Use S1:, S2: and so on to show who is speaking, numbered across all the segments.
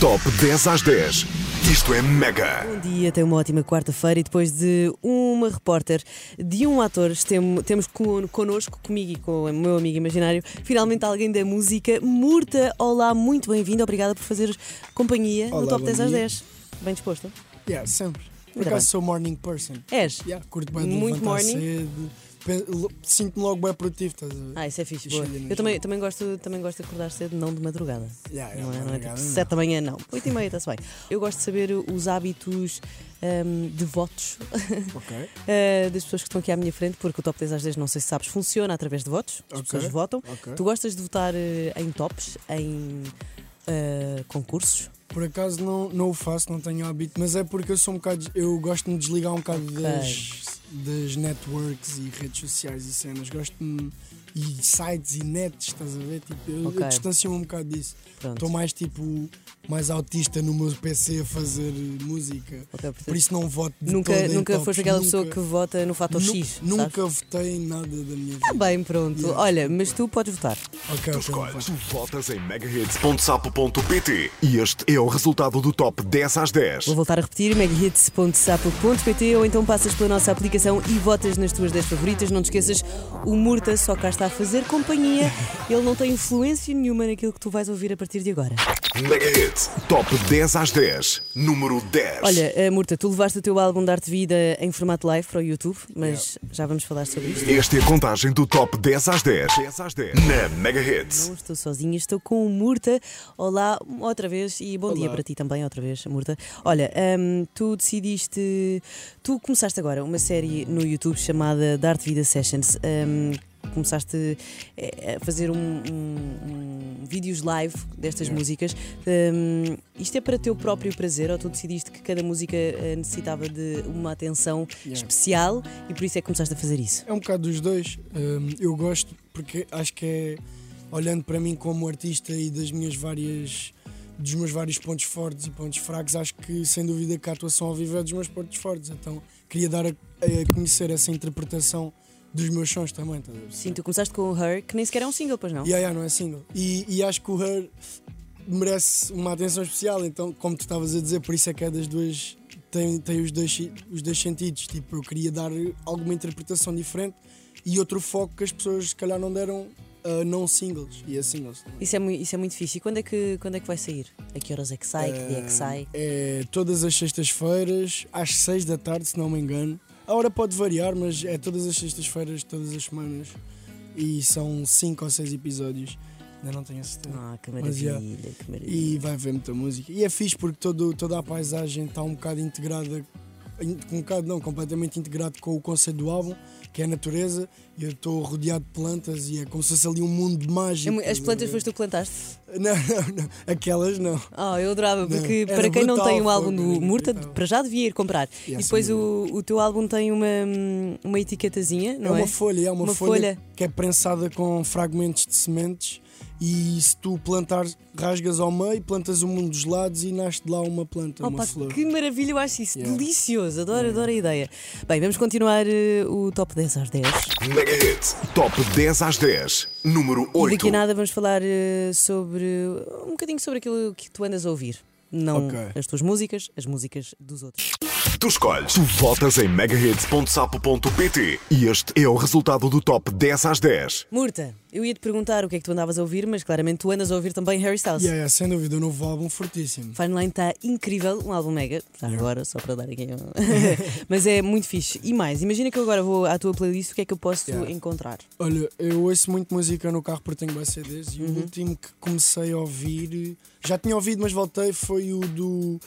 S1: Top 10 às 10. Isto é mega.
S2: Bom dia, tenha uma ótima quarta-feira e depois de uma repórter, de um ator, temos, temos con- connosco, comigo e com o meu amigo imaginário, finalmente alguém da música. Murta, olá, muito bem-vindo, obrigada por fazer companhia no
S3: Olá,
S2: Top
S3: bom
S2: 10 às
S3: dia.
S2: 10. Bem disposta?
S3: Yeah, sempre. Por
S2: Ainda Tá
S3: acaso
S2: bem.
S3: sou morning person.
S2: És?
S3: Yeah, curto bem de
S2: Muito
S3: levantar
S2: morning.
S3: cedo. Pe- lo- Sinto-me logo bem produtivo, estás a ver?
S2: Ah, isso é fixe,
S3: Cheio
S2: boa.
S3: de energia.
S2: Eu também, também, gosto, também gosto de acordar cedo, não de madrugada.
S3: Yeah, yeah,
S2: não, é, não é tipo
S3: madrugada
S2: 7 da manhã, não. 8 e meia está-se bem. Eu gosto de saber os hábitos hum, devotos
S3: Ok.
S2: Uh, das pessoas que estão aqui à minha frente, porque o top 10 às 10, não sei se sabes, funciona através de votos. As
S3: Ok,
S2: pessoas votam.
S3: ok.
S2: Tu gostas de votar uh, em tops, em uh, concursos?
S3: Por acaso não, não o faço, não tenho hábito, mas é porque eu sou um bocado. Eu gosto de me desligar um bocado das, das networks e redes sociais e cenas. Gosto de. E sites e nets, estás a ver? Tipo, eu,
S2: Ok.
S3: eu distancio-me um bocado disso.
S2: Pronto.
S3: Estou mais tipo. Mais autista no meu PC a fazer música.
S2: Ok, portanto,
S3: Por isso não voto de todo
S2: nunca
S3: em
S2: nunca
S3: tops,
S2: foste aquela
S3: nunca-
S2: pessoa que vota no fator
S3: Nu-
S2: X.
S3: Nunca
S2: sabes?
S3: votei em nada da minha vida.
S2: Ah, bem, pronto.
S3: Yeah.
S2: Olha, mas tu podes votar.
S3: Ok,
S1: Tu
S3: ok,
S1: escolhes, tu votas em megahits.sapo.pt e este é o resultado do Top 10 às 10.
S2: Vou voltar a repetir, megahits.sapo.pt ou então passas pela nossa aplicação e votas nas tuas 10 favoritas. Não te esqueças, o Murta só cá está a fazer companhia. Ele não tem influência nenhuma naquilo que tu vais ouvir a partir de agora.
S1: Megahits Top 10 às 10. Número 10.
S2: Olha, eh, Murta, tu levaste o teu álbum de arte de vida em formato live para o YouTube, mas já vamos falar sobre isto.
S1: Esta é a contagem do Top 10 às 10. 10 às 10. Na Megahits.
S2: Não estou sozinha, estou com o Murta. Olá, outra vez, e bom dia para ti também, outra vez, Murta. Olha, hum, tu decidiste. Tu começaste agora uma série no YouTube chamada de Arte Vida Sessions. Hum, começaste eh, a fazer um, um- um- vídeos live destas músicas. Hum, isto é para teu próprio prazer ou tu decidiste que cada música eh, necessitava de uma atenção especial e por isso é que começaste a fazer isso?
S3: É um bocado dos dois. Hum, eu gosto porque acho que é, olhando para mim como artista e das minhas várias dos meus vários pontos fortes e pontos fracos, acho que sem dúvida que a atuação ao vivo é dos meus pontos fortes. Então queria dar a, a conhecer essa interpretação dos meus sons também. Estás a ver?
S2: Sim, tu começaste com o Her, que nem sequer é um single, pois não?
S3: Yeah, yeah, não é single. E, e acho que o Her merece uma atenção especial, então, como tu estavas a dizer, por isso é que é das duas. Tem, tem os, dois, si- os dois sentidos. Tipo, eu queria dar alguma interpretação diferente e outro foco que as pessoas, se calhar, não deram a não singles e a singles. também.
S2: Isso é, mui- isso é muito fixe. E quando é, que, quando é que vai sair? A que horas é que sai? Que dia é que sai?
S3: É todas as sextas-feiras, às seis da tarde, se não me engano. A hora pode variar, mas é todas as sextas-feiras, todas as semanas. E são cinco ou seis episódios. Ainda não tenho a certeza.
S2: Ah, que
S3: Mas,
S2: maravilha,
S3: yeah.
S2: que maravilha.
S3: e vai ver muita música. E é fixe porque todo, toda a paisagem está um bocado integrada, in- um bocado não, completamente integrado com o conceito do álbum, que é a natureza. E eu estou rodeado de plantas e é como se fosse ali um mundo mágico.
S2: É mu- As
S3: estás a
S2: plantas
S3: ver?
S2: foste tu que plantaste?
S3: Não, não, não, aquelas não.
S2: Ah, eu adorava, porque
S3: Não, era
S2: para quem não tem
S3: brutal,
S2: o álbum do
S3: foi, era
S2: Murta,
S3: brutal.
S2: para já devia ir comprar.
S3: Yeah,
S2: e depois
S3: sem
S2: o, o teu álbum tem uma, uma etiquetazinha, não
S3: é
S2: é?
S3: uma folha, é uma,
S2: Uma
S3: folha,
S2: folha.
S3: que é prensada com fragmentos de sementes. E se tu plantares, rasgas ao meio, plantas o mundo dos lados e nasce de lá uma planta,
S2: Opa,
S3: uma flor.
S2: que maravilha, eu acho isso
S3: Yeah.
S2: delicioso, adoro, adoro a ideia. Bem, vamos continuar eh, o top 10 às 10.
S1: Megahits Top 10 às 10. Número
S2: E
S1: 8.
S2: daqui a nada vamos falar eh, sobre um bocadinho sobre aquilo que tu andas a ouvir. Não
S3: Ok.
S2: as tuas músicas, as músicas dos outros.
S1: Tu escolhes. Tu votas em megahits.sapo.pt e este é o resultado do Top 10 às 10.
S2: Murta, eu ia te perguntar o que é que tu andavas a ouvir, mas claramente tu andas a ouvir também Harry Styles.
S3: Yeah, yeah, sem dúvida, um novo álbum fortíssimo.
S2: Fine Line está incrível, um álbum mega, já agora, só para dar aqui. um- mas é muito fixe. E mais, imagina que eu agora vou à tua playlist, o que é que eu posso
S3: Yeah.
S2: encontrar?
S3: Olha, eu ouço muito música no carro porque tenho bué CDs
S2: Uhum.
S3: e o último que comecei a ouvir, já tinha ouvido, mas voltei, foi o do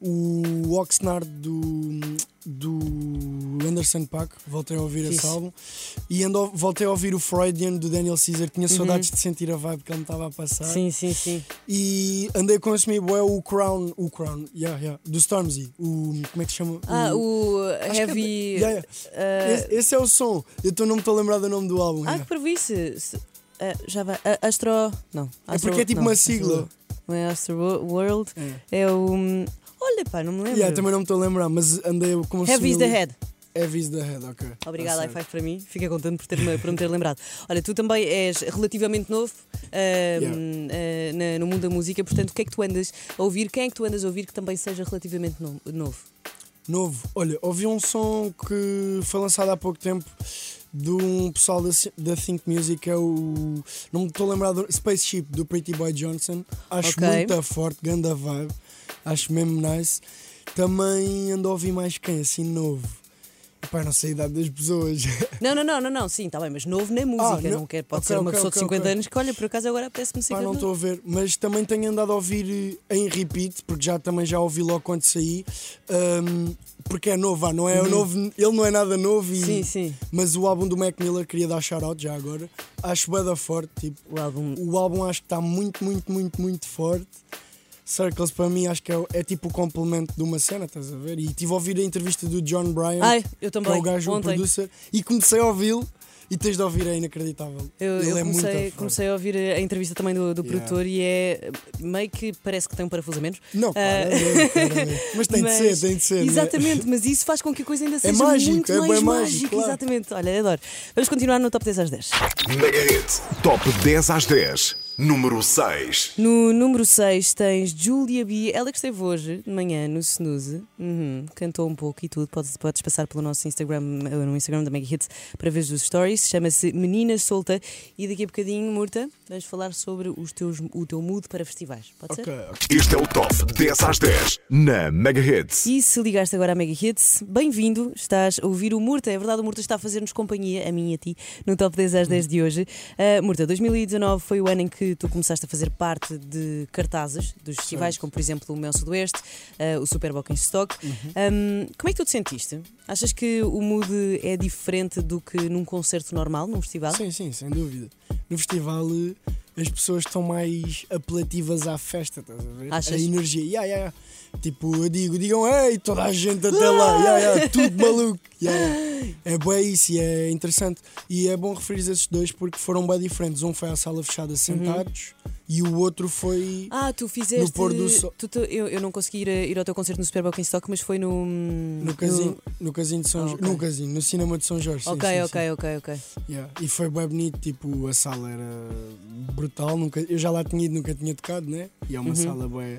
S3: o Oxnard do, do Anderson Paak. Voltei a ouvir
S2: Fixe.
S3: esse álbum e ando, voltei a ouvir o Freudian do Daniel Caesar. Tinha saudades de sentir a vibe que ele me estava a passar.
S2: Uhum. Sim, sim, sim.
S3: E andei a consumir bué o Crown, o Crown, yeah, yeah, do Stormzy. O, como é que se chama?
S2: Ah, o
S3: acho que é-
S2: Heavy.
S3: yeah, yeah.
S2: eh,
S3: Esse, esse é o som. Eu tô- não me estou a lembrar do nome do álbum.
S2: Ah,
S3: yeah.
S2: que previce! já vai. Ah, Astro. Não.
S3: É
S2: Astro,
S3: porque é tipo
S2: não.
S3: uma sigla.
S2: Não é Astro Wo- World. É,
S3: É.
S2: o. Olha, pá, não me lembro.
S3: Yeah, também não me estou a lembrar, mas andei como
S2: Heavy is the Head.
S3: Heavy's the Head, ok. Tá
S2: Obrigada, high
S3: certo.
S2: five para mim. Fica contente por, ter -me, por me ter lembrado. Olha, tu também és relativamente novo ahm, ah, na- no mundo da música, portanto, o que é que tu andas a ouvir? Quem é que tu andas a ouvir que também seja relativamente no- novo?
S3: Novo. Olha, ouvi um som que foi lançado há pouco tempo de um pessoal da, Ci- da Think Music, é o. Não me estou a lembrar do. Spaceship, do Pretty Boy Johnson. Acho
S2: Ok.
S3: muito forte, ganda vibe. Acho mesmo nice. Também ando a ouvir mais quem, assim, novo. Epá, não sei a idade das pessoas.
S2: Não, não, não, não, não, sim, está bem, mas novo na música,
S3: Ah, não-
S2: não, quer, pode
S3: ok,
S2: ser uma
S3: ok,
S2: pessoa
S3: ok,
S2: de 50
S3: ok.
S2: anos que olha, por acaso agora apetece-me
S3: Pá,
S2: música.
S3: não
S2: nova.
S3: estou a ver, mas também tenho andado a ouvir eh, em repeat, porque já também já ouvi logo quando saí, ahm, porque é novo, ah, não é, o novo, ele não é nada novo e-
S2: Uhum. Sim, sim.
S3: Mas o álbum do Mac Miller queria dar shout-out já agora. Acho bué da forte, tipo,
S2: O álbum
S3: o álbum acho que está muito, muito, muito, muito forte. Circles para mim acho que é, o- é tipo o complemento de uma cena, estás a ver? E tive a ouvir a entrevista do John Bryan,
S2: Ai, eu
S3: que é
S2: também.
S3: o gajo, o
S2: Ontem.
S3: producer, e comecei a ouvi-lo e tens de ouvir, é inacreditável.
S2: Eu,
S3: Ele
S2: eu
S3: é muito
S2: comecei,
S3: forte.
S2: comecei a ouvir a entrevista também do, do
S3: Yeah.
S2: produtor e é meio que parece que tem um parafusamento.
S3: Não,
S2: Ah,
S3: claro, é, claramente. mas tem
S2: mas-
S3: de ser, tem de ser. né?
S2: Exatamente, mas isso faz com que a coisa ainda seja
S3: mágico,
S2: muito
S3: é
S2: mais
S3: bem mágico,
S2: mágica.
S3: claro.
S2: Exatamente, olha, adoro. Vamos continuar no top 10 às 10.
S1: Megahits Top 10 às 10. Número 6.
S2: No número 6 tens Julia B. Ela que esteve hoje de manhã no Snooze, Uhum, cantou um pouco e tudo. Podes, podes passar pelo nosso Instagram, eh, no Instagram da Mega Hits, para ver os stories. Chama-se Menina Solta. E daqui a bocadinho, Murta, vamos falar sobre os teus, o teu mood para festivais. Pode ser?
S3: Ok, ok.
S1: Este é o Top 10 às 10 na Megahits.
S2: E se ligaste agora à Mega Hits, bem-vindo, estás a ouvir o Murta. É verdade, o Murta está a fazer-nos companhia, a mim e a ti, no Top 10 às 10 de hoje. Ah, Murta, 2019 foi o ano em que tu começaste a fazer parte de cartazes dos festivais, como por exemplo o Mel Sudoeste, ah, o Super Bock em Stock.
S3: Uhum.
S2: Ahm, como é que tu te sentiste? Achas que o mood é diferente do que num concerto normal, num festival?
S3: Sim, sim, sem dúvida. No festival eh, as pessoas estão mais apelativas à festa, estás a ver?
S2: Achas?
S3: A energia. Yeah, yeah, yeah. Tipo, eu digo, digam, ei, toda a gente até lá,
S2: Ah!
S3: yeah, yeah, tudo maluco. Yeah, yeah. É bom isso e é interessante. E é bom referir esses dois porque foram bem diferentes. Um foi à sala fechada sentados e o outro foi.
S2: Uhum. Ah, tu fizeste.
S3: No pôr do sol.
S2: tu- tu- eu, eu não consegui ir, a- ir ao teu concerto no Super Bowl em Stock, mas foi no.
S3: No casino, no casino de São
S2: Ah,
S3: Jorge.
S2: ok.
S3: No casino, no cinema de São Jorge. sim,
S2: Ok,
S3: sim, sim.
S2: ok, ok, ok.
S3: Yeah, E foi bem bonito, tipo, a sala era brutal, nunca, eu já lá tinha ido, nunca tinha tocado, né? E é
S2: Uhum.
S3: uma sala bem,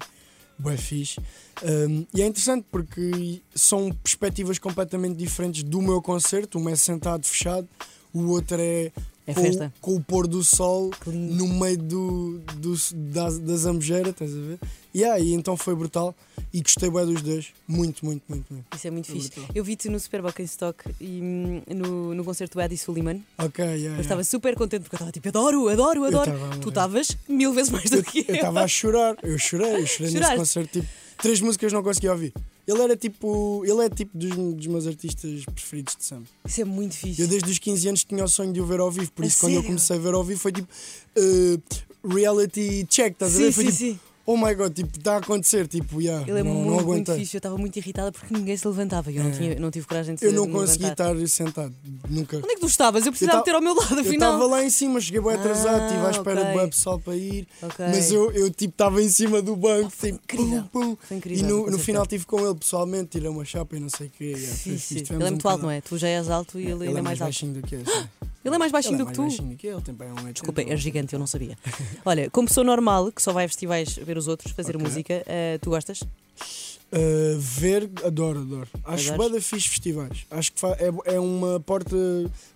S3: bem fixe. Um, e é interessante porque são perspectivas completamente diferentes do meu concerto, um é sentado, fechado, o outro é,
S2: É
S3: com,
S2: festa.
S3: com o pôr do sol
S2: Que lindo.
S3: no meio do, do, da, da zambujeira, estás a ver? Yeah, e então foi brutal e gostei bem dos dois, muito, muito, muito, muito.
S2: Isso é muito
S3: É
S2: fixe.
S3: brutal.
S2: Eu vi-te no Super Bock em Stock e hum, no, no concerto do Eddie Suleiman.
S3: Ok, yeah,
S2: Eu
S3: yeah.
S2: estava super contente porque eu estava tipo, adoro, adoro, adoro.
S3: tava a morrer.
S2: tu estavas mil vezes mais do que eu.
S3: Eu estava a chorar, eu chorei, eu chorei
S2: Choraste?
S3: nesse concerto. Tipo, três músicas não conseguia ouvir. Ele era tipo. Ele é tipo dos, dos meus artistas preferidos de samba.
S2: Isso é muito
S3: Eu
S2: fixe.
S3: desde os 15 anos tinha o sonho de o ver ao vivo, por
S2: A
S3: isso quando eu
S2: sério?
S3: comecei a ver ao vivo foi tipo. eh, reality check, estás a
S2: Sim,
S3: ver? Foi
S2: sim,
S3: tipo,
S2: sim.
S3: Oh my god, tipo, está a acontecer, tipo, yeah,
S2: Ele é
S3: não, não
S2: muito, muito
S3: aguentei. É.
S2: fixe. Eu estava muito irritada porque ninguém se levantava e eu não, tinha, não tive coragem de se
S3: eu não
S2: me
S3: consegui
S2: levantar.
S3: estar sentado, nunca.
S2: Onde é que tu estavas? Eu precisava
S3: Eu
S2: ter ao meu lado,
S3: Eu estava
S2: afinal.
S3: lá em cima, cheguei bem atrasado,
S2: Ah,
S3: estive à espera
S2: ok.
S3: de bem pessoal para ir.
S2: Ok.
S3: Mas eu, eu tipo estava em cima do banco,
S2: foi
S3: tipo,
S2: incrível.
S3: pum, pum.
S2: Foi incrível,
S3: E
S2: não
S3: no, no
S2: consigo
S3: final estive com ele pessoalmente, tirei uma chapa e não sei o quê. é, foi
S2: Fixe.
S3: fixe, tivemos
S2: Ele é
S3: um
S2: muito alto, não
S3: bocado-
S2: é? Tu já és alto e ele, ainda é mais alto.
S3: baixinho do que eu. sim.
S2: Ele é mais baixinho
S3: Ele é
S2: do que
S3: mais
S2: tu.
S3: baixinho do que eu, tem bem um 80.
S2: Desculpa, é gigante, eu não sabia. Olha, como pessoa normal, que só vai a festivais ver os outros, fazer
S3: Ok.
S2: música, eh, tu gostas?
S3: Uh, ver, adoro, adoro. Acho
S2: Adoras?
S3: bada fixe festivais. Acho que fa- é, é uma porta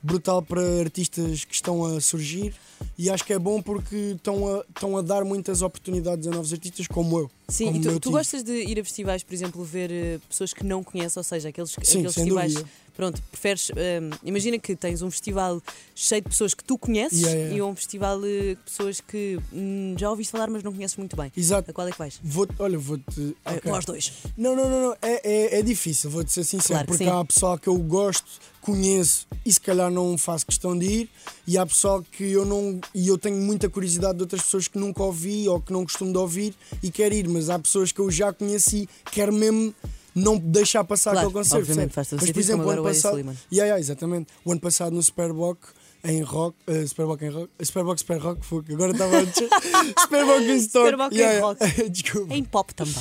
S3: brutal para artistas que estão a surgir e acho que é bom porque estão a, estão a dar muitas oportunidades a novos artistas como eu.
S2: Sim,
S3: como
S2: e tu,
S3: eu
S2: tu
S3: tive.
S2: gostas de ir a festivais, por exemplo, ver eh, pessoas que não conheces, ou seja, aqueles,
S3: Sim,
S2: aqueles
S3: sem
S2: festivais.
S3: dúvida.
S2: Pronto, preferes. ehm, imagina que tens um festival cheio de pessoas que tu conheces
S3: Yeah, yeah.
S2: e um festival eh, de pessoas que hum, já ouviste falar, mas não conheces muito bem.
S3: Exato.
S2: A qual é que vais?
S3: Vou, olha, vou-te.
S2: Eh,
S3: ok.
S2: Ou aos dois.
S3: Não, não, não, não. É, é, é difícil, vou-te ser sincero,
S2: Claro que
S3: porque
S2: sim.
S3: há pessoal que eu gosto, conheço e se calhar não faço questão de ir, e há pessoal que eu não. e eu tenho muita curiosidade de outras pessoas que nunca ouvi ou que não costumo de ouvir e quero ir, mas há pessoas que eu já conheci, quero mesmo. Não deixar passar
S2: Claro,
S3: aquele concerto.
S2: obviamente,
S3: percebe?
S2: faz todo
S3: Mas, por
S2: sentido, como
S3: exemplo, o
S2: agora
S3: ano
S2: o Eddie
S3: passado.
S2: Suleiman.
S3: Yeah, yeah, exatamente. O ano passado no Superbock, em rock. eh, Superbock em rock. Superbock, Superrock, fuck, agora estava a dizer. Superbock em stock.
S2: Superbock em rock.
S3: Desculpa.
S2: Em pop também.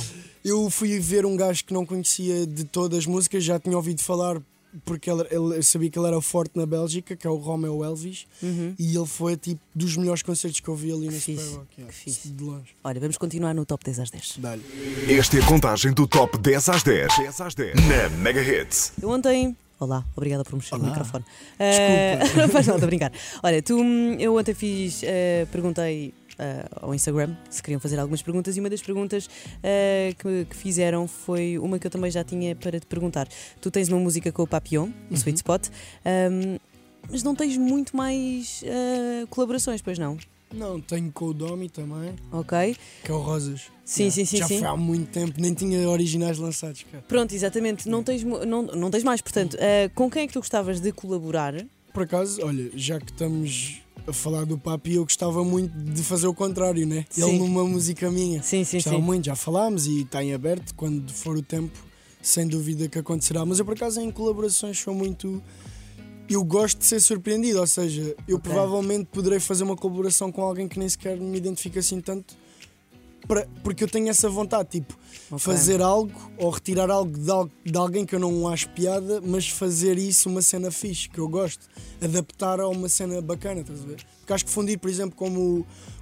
S3: Eu fui ver um gajo que não conhecia de todas as músicas, já tinha ouvido falar porque ele, ele- eu sabia que ele era forte na Bélgica, que é o Romeo Elvis,
S2: Uhum.
S3: e ele foi tipo dos melhores concertos que eu vi ali no
S2: fixe,
S3: Superbock. yeah,
S2: que fixe.
S3: De longe.
S2: Olha, vamos continuar no top 10 às 10.
S3: Dá-lhe.
S1: Esta é a contagem do Top 10 às 10. 10 às 10. Na Mega Hits.
S2: Eu ontem. Olá, obrigada por mexer no
S3: Olá.
S2: microfone.
S3: Desculpa.
S2: Eh, não faz nada, a brincar. Olha, tu, hum, eu ontem fiz. eh, perguntei eh, ao Instagram se queriam fazer algumas perguntas e uma das perguntas eh, que, que fizeram foi uma que eu também já tinha para te perguntar. Tu tens uma música com o Papillon, o Sweet Spot, hum, mas não tens muito mais eh, colaborações, pois não?
S3: Não, tenho com o Domi também,
S2: Ok?
S3: que é o Rosas.
S2: Sim, sim, sim,
S3: Já
S2: sim.
S3: foi há muito tempo, nem tinha originais lançados, cara.
S2: Pronto, exatamente. Não tens, mu- não, não tens mais, portanto, eh, com quem é que tu gostavas de colaborar?
S3: Por acaso, olha, já que estamos a falar do Papi, eu gostava muito de fazer o contrário, né?
S2: Sim.
S3: Ele numa música minha.
S2: Sim, sim,
S3: gostava
S2: sim.
S3: muito, já falámos e está em aberto, quando for o tempo, sem dúvida que acontecerá. Mas eu, por acaso, em colaborações sou muito. Eu gosto de ser surpreendido, ou seja, eu
S2: Ok.
S3: provavelmente poderei fazer uma colaboração com alguém que nem sequer me identifica assim tanto, para- porque eu tenho essa vontade, tipo,
S2: Ok.
S3: fazer algo ou retirar algo de, al- de alguém que eu não acho piada, mas fazer isso uma cena fixe, que eu gosto. Adaptar a uma cena bacana, estás a ver? Porque acho que fundir, por exemplo, como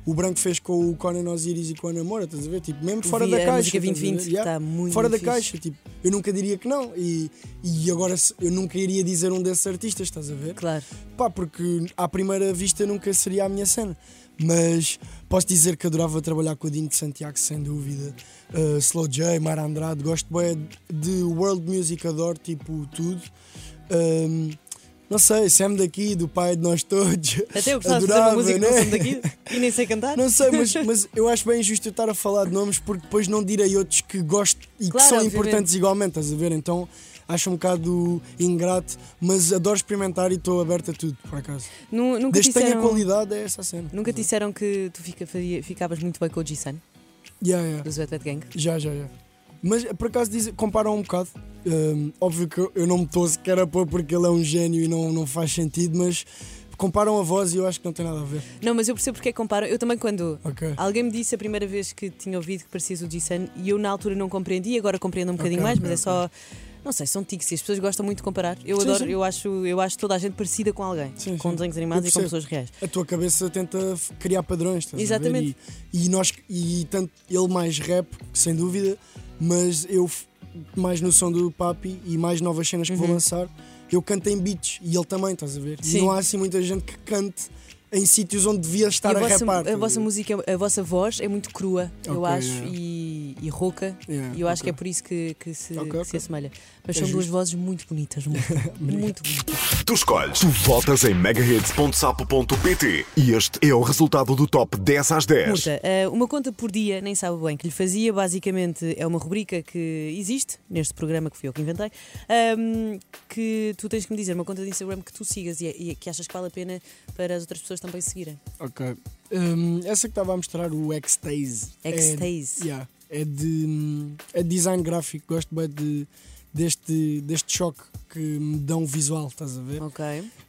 S3: o, o Branco fez com o Conan Osiris e com a Namora, estás a ver? Tipo, mesmo fora
S2: Vi
S3: da
S2: a
S3: caixa.
S2: música
S3: estás a ver?
S2: 2020, tá muito
S3: Fora da
S2: fixe.
S3: caixa, tipo, eu nunca diria que não. E, e agora se- eu nunca iria dizer um desses artistas, estás a ver?
S2: Claro.
S3: Pá, porque à primeira vista nunca seria a minha cena. Mas posso dizer que adorava trabalhar com o Dino de Santiago, sem dúvida. Uh, Slow J, Mara Andrade, gosto bem de world music, adoro tipo tudo. Um, não sei, Sam daqui, do pai de nós todos. né?
S2: Até eu gostava de fazer uma música não sou daqui e nem sei cantar.
S3: Não sei, mas, mas eu acho bem injusto eu estar a falar de nomes porque depois não direi outros que gosto e
S2: Claro,
S3: que são
S2: obviamente.
S3: importantes igualmente, estás a ver? Então acho um bocado ingrato, mas adoro experimentar e estou aberto a tudo, por acaso.
S2: Nu- nunca
S3: Desde que tenha
S2: disseram,
S3: qualidade, é essa a cena.
S2: nunca disseram que tu fica- faria- ficavas muito bem com o G-Sun,
S3: Yeah, yeah.
S2: do Wet Wet Gang.
S3: Já, já, já. Mas por acaso diz, comparam um bocado. Hum, óbvio que eu- eu não me estou sequer a pôr porque ele é um gênio e não, não faz sentido, mas comparam a voz e eu acho que não tem nada a ver.
S2: Não, mas eu percebo porque é que comparam. Eu também, quando
S3: Ok.
S2: alguém me disse a primeira vez que tinha ouvido que parecias o G-Sun e eu na altura não compreendi, agora compreendo um bocadinho
S3: Ok,
S2: mais,
S3: ok,
S2: mas é só. Não sei, são tics e as pessoas gostam muito de comparar. Eu
S3: Sim,
S2: adoro,
S3: sim.
S2: eu acho, eu acho toda a gente parecida com alguém,
S3: Sim,
S2: com
S3: sim.
S2: desenhos
S3: Eu
S2: animados e com
S3: percebo.
S2: pessoas reais.
S3: A tua cabeça tenta f- criar padrões, estás
S2: Exatamente.
S3: A ver? E, e nós e tanto ele mais rap, sem dúvida, mas eu f- mais no som do Papi e mais novas cenas que vou lançar, eu canto em beats e ele também, estás a ver?
S2: Uhum. Sim.
S3: E não há assim muita gente que cante em sítios onde devia estar
S2: E a,
S3: a,
S2: vossa,
S3: rapar.
S2: a
S3: estás
S2: vossa
S3: ver?
S2: música, a vossa voz é muito crua, eu
S3: Ok,
S2: acho,
S3: yeah.
S2: e, e rouca.
S3: Yeah,
S2: E eu acho que
S3: ok.
S2: é por isso que, que se,
S3: Ok,
S2: que se
S3: ok.
S2: assemelha. Mas
S3: É
S2: são duas
S3: justo.
S2: vozes muito bonitas, muito, muito bonitas.
S1: Tu escolhes. Tu votas em megahits.sapo.pt. E este é o resultado do Top 10 às 10.
S2: Murta, eh, uma conta por dia, nem sabe bem que lhe fazia, basicamente é uma rubrica que existe neste programa que fui eu que inventei, ahm, que tu tens que me dizer uma conta de Instagram que tu sigas e, e que achas que vale a pena para as outras pessoas também seguirem.
S3: Ok. Hum, essa que estava a mostrar, o Xtaze.
S2: Xtaze.
S3: É, yeah, é de hum, é de design gráfico. Gosto bem de, deste, deste choque que me dão visual, estás a ver?
S2: Ok.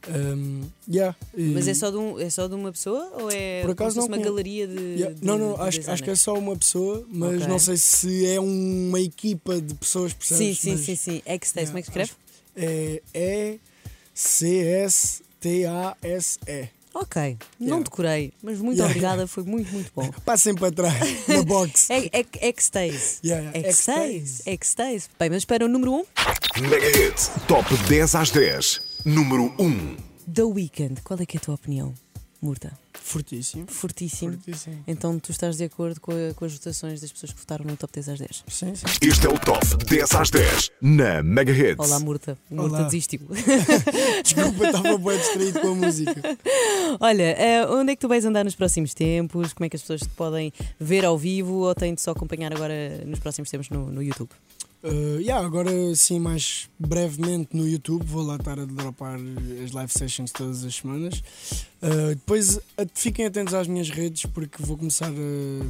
S3: Hum, yeah,
S2: Mas
S3: e-
S2: é só de, um- é só de uma pessoa ou é
S3: Hum. Por acaso
S2: como se fosse
S3: não
S2: uma
S3: conheço.
S2: galeria de.
S3: yeah.
S2: de-
S3: Não, não,
S2: de
S3: acho, acho que é
S2: designers?
S3: só uma pessoa, mas
S2: Ok.
S3: não sei se é uma equipa de pessoas,
S2: Sim,
S3: percebes?
S2: sim,
S3: Mas
S2: sim, sim. Xtaze, como é que se escreve?
S3: Yeah, É E-C-S-T-A-S-E.
S2: Ok, não
S3: Yeah.
S2: decorei, mas muito
S3: Yeah.
S2: obrigada, foi muito, muito bom.
S3: Passem para trás, na box.
S2: É, é, X-Tays.
S3: Yeah, yeah,
S2: X-Tays.
S3: X-Tays.
S2: X-Tays. Bem, mas para o número 1,
S1: Megahits. Top 10 às 10. Número 1.
S2: The Weeknd. Qual é que é a tua opinião, Murta?
S3: Fortíssimo.
S2: Fortíssimo.
S3: Fortíssimo.
S2: Então tu estás de acordo com, a- com as votações das pessoas que votaram no top 10 às 10.
S3: Sim, sim.
S1: Este é o Top 10 às 10. Na Megahits.
S2: Olá, Murta. Murta
S3: Olá.
S2: desistiu.
S3: Desculpa, estava bem distraído com a música.
S2: Olha, eh, onde é que tu vais andar nos próximos tempos? Como é que as pessoas te podem ver ao vivo ou têm de só acompanhar agora nos próximos tempos no, no YouTube?
S3: Uh, yeah, agora sim, mais brevemente no YouTube, vou lá estar a dropar as live sessions todas as semanas. Uh, depois a- fiquem atentos às minhas redes, porque vou começar eh,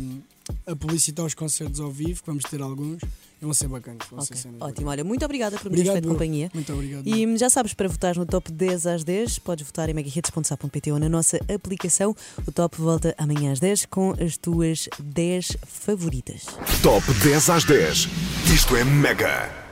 S3: a, a publicitar os concertos ao vivo, que vamos ter alguns. E vão ser bacanas. Vão
S2: Ok,
S3: ser cenas
S2: ótimo. Olha, muito obrigada por me teres
S3: Obrigado,
S2: feito
S3: Bruno.
S2: companhia.
S3: bacanas. Muito obrigado.
S2: E hum, já sabes, para votar no top 10 às 10, podes votar em megahits.sa.pt ou na nossa aplicação. O top volta amanhã às 10 com as tuas 10 favoritas.
S1: Top 10 às 10. Isto é Mega.